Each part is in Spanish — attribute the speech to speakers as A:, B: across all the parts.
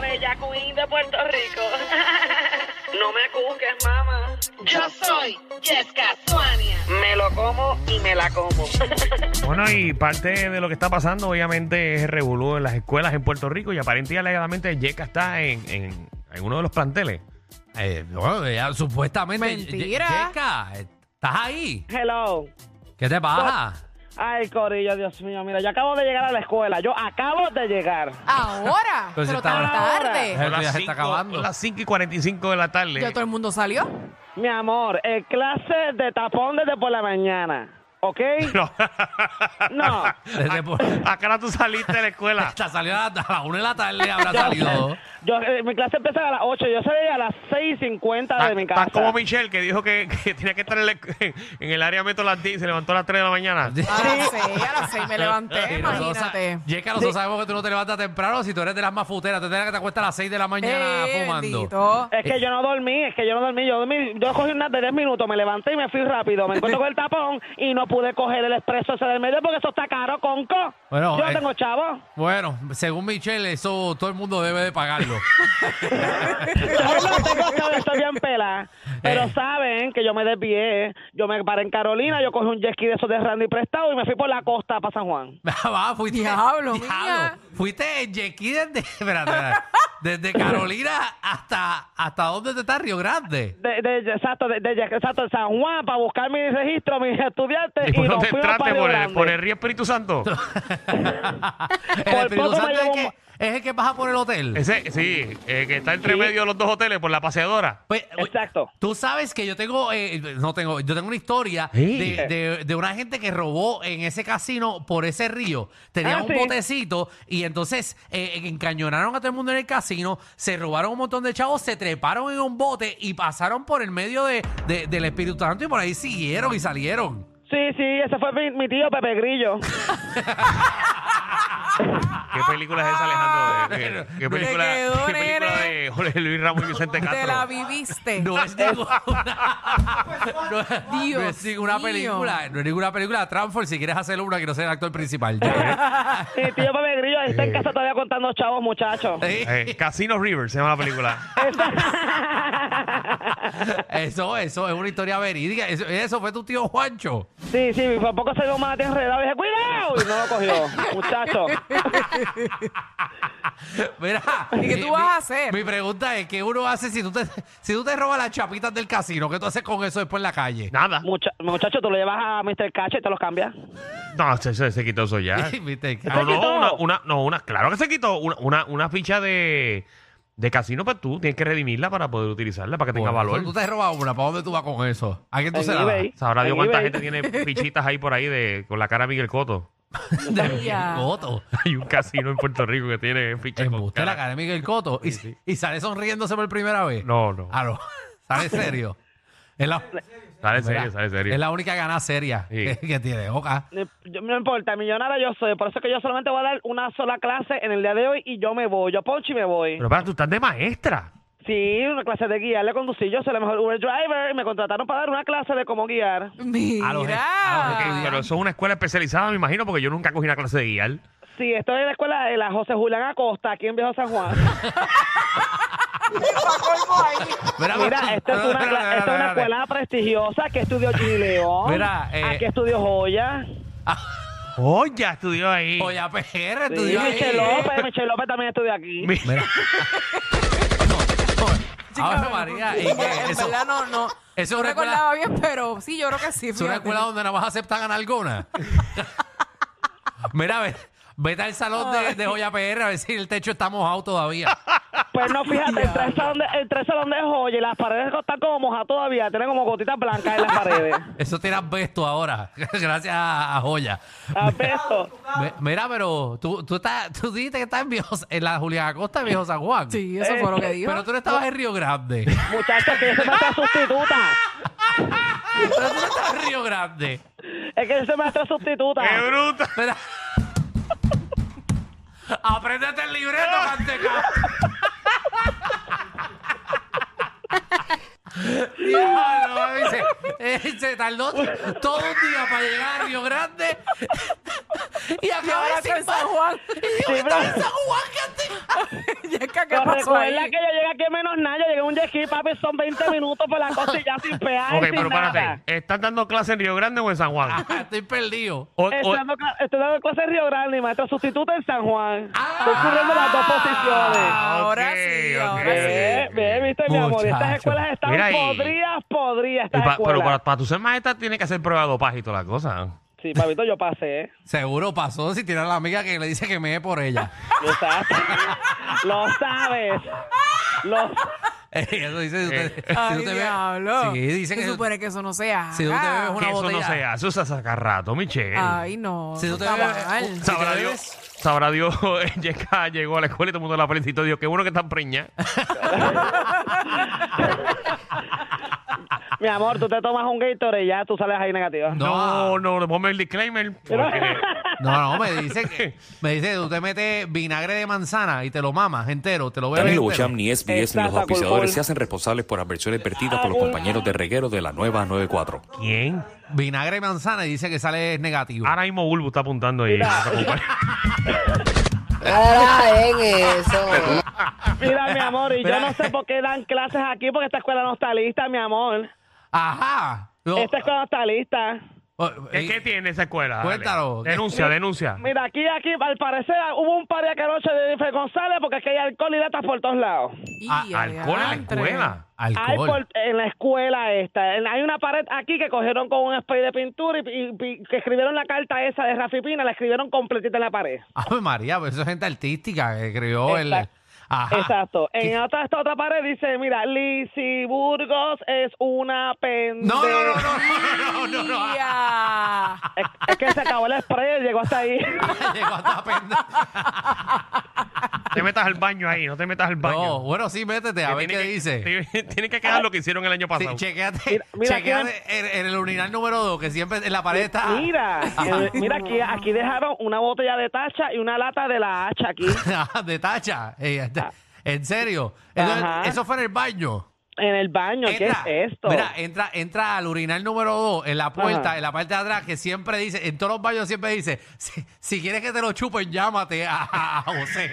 A: Bella Queen de Puerto Rico.
B: No me cuques, mamá.
A: Yo soy Jessica Suania.
B: Me lo como y me la como.
C: Bueno, y parte de lo que está pasando, obviamente, es el revolú en las escuelas en Puerto Rico y aparentemente alegadamente Yeka está en, en, en uno de los planteles.
D: Eh, bueno, ya, supuestamente.
E: Mentira.
D: Ye- Yeka, ¿estás ahí?
F: Hello.
D: ¿Qué te pasa?
F: Ay, Corillo, Dios mío. Mira, yo acabo de llegar a la escuela. Yo acabo de llegar.
E: Ahora,
D: Pues
E: pero tan
D: estaba-
E: tarde.
D: Ahora. ya se está
C: cinco-
D: acabando.
C: son las 5 y 45 de la tarde.
E: Ya todo el mundo salió.
F: Mi amor, eh, clase de tapón desde por la mañana. ¿Ok?
C: No.
F: No.
D: Desde por-
C: Acá no tú saliste de la escuela.
D: Hasta salió a la, a la una de la tarde, habrá salido.
F: Yo, eh, mi clase empieza a las 8. Yo salí a las 6.50 de mi
C: Estás
F: casa.
C: como Michelle, que dijo que, que tenía que estar en, la escu- en el área metro a las 10 y se levantó a las 3 de la mañana.
E: A las seis, a las seis me levanté,
D: Y nosotros sa-
E: imagínate.
D: Y es que nosotros sabemos que tú no te levantas temprano si tú eres de las más futeras. Tú tienes que te acuestas a las 6 de la mañana
E: Eh,
D: fumando.
E: bendito.
F: Es que yo no dormí, es que yo no dormí. Yo dormí, yo cogí unas de 10 minutos, me levanté y me fui rápido. Me encuentro con el tapón y no pude coger el expreso ese del medio porque eso está caro, conco.
D: Bueno,
F: yo no
D: eh,
F: tengo chavo.
D: Bueno, según Michelle, eso todo el mundo debe de pagarlo.
F: Yo no tengo cabeza, estoy bien pelada. Pero
D: Eh.
F: saben que yo me desvié. Yo me paré en Carolina, yo cogí un jet ski de esos de Randy prestado y me fui por la costa para San Juan.
D: Ah, Va, fuiste.
E: Diablo, mía.
D: Fuiste en Yequi desde. espérate, espérate. desde Carolina hasta. ¿Hasta dónde te está Río Grande?
F: De, de- de- exacto, de, de- exacto, de San Juan para buscar mi registro, mis estudiantes.
C: ¿Y por
F: y nos
C: dónde
F: fuimos
C: entraste?
F: para Río
C: ¿Por el,
F: Grande.
C: por el río Espíritu Santo?
D: el Espíritu
F: poco me
D: Santo es, el
F: llevo
D: que,
F: un-
D: es el que pasa por el hotel.
C: Ese, sí, eh, que está entre medio de los dos hoteles, por la paseadora.
D: Pues, oye,
F: Exacto.
D: Tú sabes que yo tengo, eh, no tengo, yo tengo una historia
C: Sí.
D: de, de- de una gente que robó en ese casino por ese río. Tenían
F: Ah,
D: un
F: sí.
D: botecito y entonces eh, encañonaron a todo el mundo en el casino, se robaron un montón de chavos, se treparon en un bote y pasaron por el medio de, de- del Espíritu Santo y por ahí siguieron y salieron.
F: Sí, sí, ese fue mi, mi tío Pepe Grillo.
C: ¿Qué película es esa,
D: Ah,
C: Alejandro? ¿Qué, qué- qué
D: Me
C: película,
E: quedó,
C: qué película
E: nene.
C: de Jorge Luis Ramos y Vicente
E: Te la
C: Castro?
E: viviste.
D: No es ninguna, no, es- no
E: Pues, Dios
D: es ninguna
E: mío.
D: película, no es ninguna película. Transform, si quieres hacer una, quiero ser el actor principal.
E: Eh,
F: Mi tío Pepe Grillo ahí está en casa todavía contando chavos, muchachos.
D: Sí.
C: Eh, Casino River se llama la película.
E: eh.
D: Eso, eso es una historia verídica. Eso, eso fue tu tío Juancho.
F: Sí, sí, mi papá se dio más enredado y dije, cuidado, y no lo cogió, muchacho.
D: Mira.
E: ¿Y qué tú
D: mi-
E: vas a
D: mi-
E: hacer?
D: Mi pregunta es: ¿qué uno hace si tú te, si tú te robas las chapitas del casino? ¿Qué tú haces con eso después en la calle?
C: Nada.
F: Mucha- muchacho, tú lo llevas a Mr. Cacho y te los cambias.
C: No, se, se- se quitó eso ya.
D: ¿Viste?
C: No, no,
F: quitó?
C: una, una, no, una, claro que se quitó. Una, una, una ficha de, de casino, pero tú tienes que redimirla para poder utilizarla, para que tenga valor.
D: Tú te robas una. ¿Para dónde tú vas con eso? ¿A quién tú
F: En
D: se la das?
F: eBay.
C: Sabrá Dios
F: En
C: cuánta
F: eBay.
C: gente tiene fichitas ahí por ahí de, con la cara de Miguel Coto.
D: De
E: Ya.
D: Miguel Coto.
C: Hay un casino en Puerto Rico que tiene fichas
D: En
C: con
D: la
C: cara.
D: cara de Miguel Coto. Y, y sale sonriéndose por primera vez.
C: No, no.
D: Ah, no. Sale serio. Es la,
C: Sale serio, sale
D: es
C: serio.
D: la única gana seria
C: Sí.
D: que, que tiene. Ok.
F: No yo- no importa, millonaria yo soy. Por eso es que yo solamente voy a dar una sola clase en el día de hoy y yo me voy. Yo poncho y me voy.
C: Pero para, tú estás de maestra.
F: Sí, una clase de guiar, le conducí. Yo soy la mejor Uber driver y me contrataron para dar una clase de cómo guiar.
E: Mira.
D: A los- a los
C: Ok, pero eso es una escuela especializada, me imagino, porque yo nunca cogí una clase de guiar.
F: Sí, estoy en la escuela de la José Julián Acosta, aquí en Viejo San Juan.
D: Mira,
F: Mira, esta es una,
D: espérate,
F: cla- esta es una
D: espérate, espérate.
F: escuela prestigiosa que estudió Gini León.
D: Mira, eh,
F: aquí estudió Joya.
C: Oh, ya estudió ahí.
D: Oye, a PR,
F: Sí,
D: tú dices,
F: Michelle
D: "Ey,
F: López, Michelle López también estudió aquí.
C: Mi-
D: Mira.
E: Chica,
D: Ave
E: pero
D: María,
E: porque-
D: y que
E: en
D: eso-
E: verdad no, no.
D: es
E: no
D: una escuela-
E: recordaba bien, pero sí, yo creo que sí.
D: es una
E: fíjate.
D: escuela donde nada más aceptan analgona. Mira, ve, vete al salón de, de Joya PR a ver si el techo está mojado todavía.
F: Pues no, fíjate, el tres salón de, el tres salón de joya y las paredes están como mojadas todavía, tienen como gotitas blancas en las paredes.
D: Eso tiene asbesto ahora, gracias a, a Joya.
F: Ah, Apesto.
D: Ve- Mira, pero tú, tú, estás, tú dijiste que estás en, viejo, en la Julián Acosta de Viejo San Juan.
E: Sí, eso fue lo que dijo.
D: Pero tú no estabas en Río Grande.
F: Muchachos, que yo soy maestra sustituta.
D: Pero tú no estabas en Río Grande.
F: Es que yo soy maestra sustituta.
C: ¡Qué bruta!
D: Mira. Apréndete el libreto, manteca. Diablo, mami, se, eh, se tardó todo un día para llegar a Río Grande. Y acaba
E: ahora
D: de
E: está en San Juan.
D: Y yo
F: Sí,
D: estaba
F: pero-
D: en San Juan, que antes-
E: Yeka Mira qué
F: Pues
E: pasó ahí.
F: recuerda que yo llegué aquí en menos nada, yo llegué en un jet ski, papi, son 20 minutos por la cosa y ya sin peaje,
C: Ok,
F: sin
C: pero
F: nada.
C: párate. ¿Están dando clases en Río Grande o en San Juan?
D: Ah, Estoy perdido.
C: O- o-
F: Estoy dando, cla- estoy dando clase en Río Grande, maestra sustituta en San Juan. Estoy cubriendo las dos posiciones.
C: Ah,
E: Ahora
C: ok,
E: sí,
C: ok,
E: ahora
C: ok.
F: Ve, ve, viste, mi amor, estas
D: Muchacho.
F: escuelas están
C: Mira ahí.
F: podridas, podridas,
C: Y
F: estas
C: pa- pero
F: escuelas.
C: para, para tu ser maestra tienes que hacer prueba de dopaje y toda la cosa.
F: Sí, papito, yo pasé, ¿eh?
D: Seguro pasó si tiene a la amiga que le dice que me dé por ella.
F: Lo sabes. Lo sabes. Lo-
D: Eh, Eso dice si usted. si
E: Ay,
D: usted ve-
E: diablo.
D: Sí, dice que.
E: Se supone que eso no se hace.
D: tú te bebes una
C: Que eso no
D: botella.
C: se hace, eso se saca rato, Michelle.
E: Ay, no.
D: Si tú te
E: eso
C: eh,
E: está
D: bebes-
E: mal.
D: un-
C: Sabrá
D: ¿Y te
C: Dios,
D: bebes?
C: sabrá Dios, Yeka llegó a la escuela y todo el mundo la felicitó. Dios, qué bueno que están preñas.
F: Mi amor, tú te tomas un Gatorade y ya tú sales ahí negativa.
D: No.
C: No, no, le ponme el disclaimer. Porque...
D: No, no, me dice que. Me dice, tú te metes vinagre de manzana y te lo mamas entero, te lo bebes.
G: Danilo
D: entero.
G: Bocham ni SBS ni los
F: Exacto,
G: auspiciadores
F: Golgol.
G: se hacen responsables por adversiones vertidas por los compañeros de reguero de la nueva 94.
C: ¿Quién?
D: Vinagre de manzana y dice que sale negativo.
C: Ahora mismo Bulbo está apuntando ahí.
F: Mira, mi amor, y yo
D: Mira.
F: no sé por qué dan clases aquí porque esta escuela no está lista, mi amor.
D: Ajá. Yo-
F: Esta escuela no está lista.
D: Oh,
C: ¿Qué,
D: eh,
C: qué tiene esa escuela? Dale.
D: Cuéntalo.
C: Denuncia, denuncia.
F: Mira, aquí, aquí, al parecer hubo un par de noche de Jennifer González porque aquí hay alcohol y latas por todos lados.
E: Y
D: Ah,
C: Alcohol en la
E: adiantre.
C: escuela.
F: Hay
D: Alcohol.
F: por- en la escuela esta. en- hay una pared aquí que cogieron con un spray de pintura y, y- y que escribieron la carta esa de Rafi Pina, la escribieron completita en la pared.
D: Ave María, pero eso es gente artística que creó el.
F: Exacto.
D: Ajá.
F: Exacto. En otra, esta otra pared dice, mira, Lizzy Burgos es una pendeja.
D: No, no, no, no, no, no, no, no.
E: Ya.
F: Es, es que se acabó el spray, llegó hasta ahí.
D: Llegó hasta pendejo.
C: te metas al baño ahí, no te metas al baño.
D: No, bueno, sí, métete a ver qué dice.
C: Tiene que quedar lo que hicieron el año
D: Sí,
C: pasado.
D: chequeate,
F: Mira, mira,
D: chequeate
F: aquí
D: en, en el urinal número 2, que siempre en la pared está.
F: Mira, eh, mira aquí, aquí dejaron una botella de tacha y una lata de la hacha aquí.
D: de tacha. Ey, este, En serio. Eso,
F: Ah. Ajá.
D: eso fue en el baño.
F: En el baño, ¿qué es esto?
D: Mira, entra, entra al urinal número 2 en la puerta,
F: Ajá.
D: en la parte de atrás, que siempre dice, en todos los baños siempre dice, si, si quieres que te lo chupen, llámate a, a José.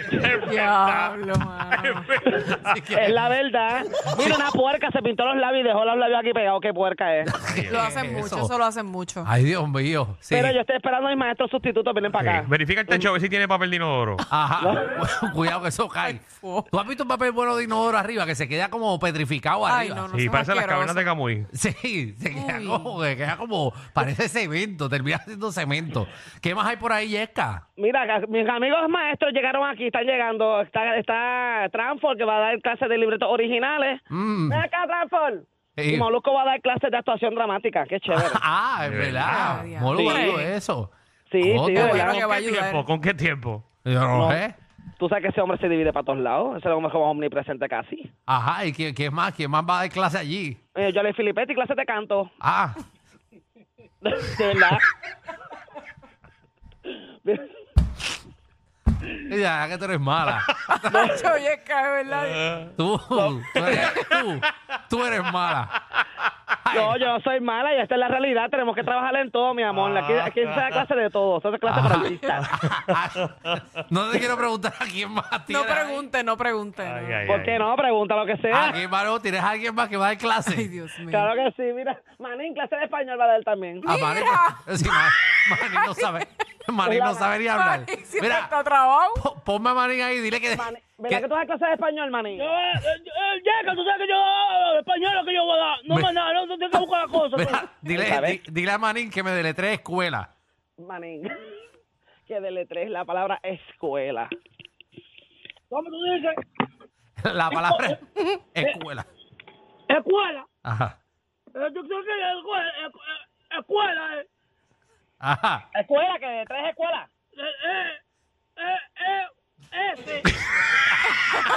E: Diablo, mano.
D: Si quieres-
F: es la verdad. Mira, una puerca se pintó los labios y dejó los labios aquí pegados. ¿Qué puerca es?
E: Lo hacen mucho, eso lo hacen mucho.
D: Ay, Dios mío. Sí.
F: Pero yo estoy esperando a mis maestros sustitutos. Vienen para
C: Ok,
F: acá.
C: Verifica el techo a ver si tiene papel de inodoro.
D: Ajá. Cuidado que eso cae.
E: fo.
D: ¿Tú has visto un papel bueno de inodoro arriba que se queda como petrificado
E: Ay,
D: arriba?
E: no, no.
C: y
E: son
C: parece las
E: asquerosos.
C: cavernas de Camuy.
D: Sí, se queda
E: Uy.
D: como, se queda como, parece cemento, termina siendo cemento. ¿Qué más hay por ahí, Yesca?
F: Mira, acá, mis amigos maestros llegaron aquí, están llegando. Está, está Transform, que va a dar clases de libretos originales.
D: Mm.
F: Ven acá, Transform.
D: Eh.
F: Y Molusco va a dar clases de actuación dramática. Qué chévere.
D: Ah, es
C: De
D: verdad.
E: verdad.
D: Molo
E: Sí.
D: digo eso.
F: Sí, sí,
D: Coto.
F: de
E: Qué
F: verdad.
E: bueno que va a ayudar.
C: ¿Tiempo? ¿Con qué tiempo?
D: Yo no,
F: No.
D: sé.
F: Tú sabes que ese hombre se divide para todos lados. Ese hombre es como omnipresente casi.
D: Ajá, ¿y quién, quién más? ¿Quién más va a dar clase allí?
F: Eh, yo le Filipetti, clases de canto.
D: Ah,
F: de verdad.
D: ya que tú eres mala.
E: Nacho, oye, cae, ¿verdad?
D: Tú, tú, eres, tú, tú eres mala.
F: No, yo no soy mala y esta es la realidad. Tenemos que trabajar en todo, mi amor. Aquí,
D: Ah.
F: aquí se da clase de todo. Se hace clase para artistas.
D: No te quiero preguntar a quién más
E: No
D: tienes ahí.
E: pregunte, no pregunte. no.
C: Ay, ay,
F: ¿Por
C: ay.
F: qué no? Pregunta lo que
D: ¿A
F: sea.
D: quién más no? ¿Tienes a alguien más que va a dar clase?
E: Ay, Dios mío.
F: Claro que sí, mira. Manín, clase de español va a dar también.
D: Ah, Mari, sí, Ma- Mari no sabe. Mari no sabe ni hablar.
E: Ay, siempre
D: Mira,
E: está trabajo.
D: po- ponme a Mari ahí y dile que.
F: Manín,
D: que-
F: ¿Verdad que tú das clases de español, Manín? Yo, Jack, tú sabes que yo, eh, español lo que yo voy a dar. No
D: Me- más
F: nada, no, tienes que buscar las cosas. pues.
D: Mira, dile, di- dile a Marín que me deletree escuela.
F: Manín, que deletres la palabra escuela. ¿Cómo tú dices?
D: La palabra escuela.
F: Escuela.
D: Ajá.
F: Yo creo que escuela, escuela, eh.
D: Ajá.
F: Escuela, que de tres escuelas. eh,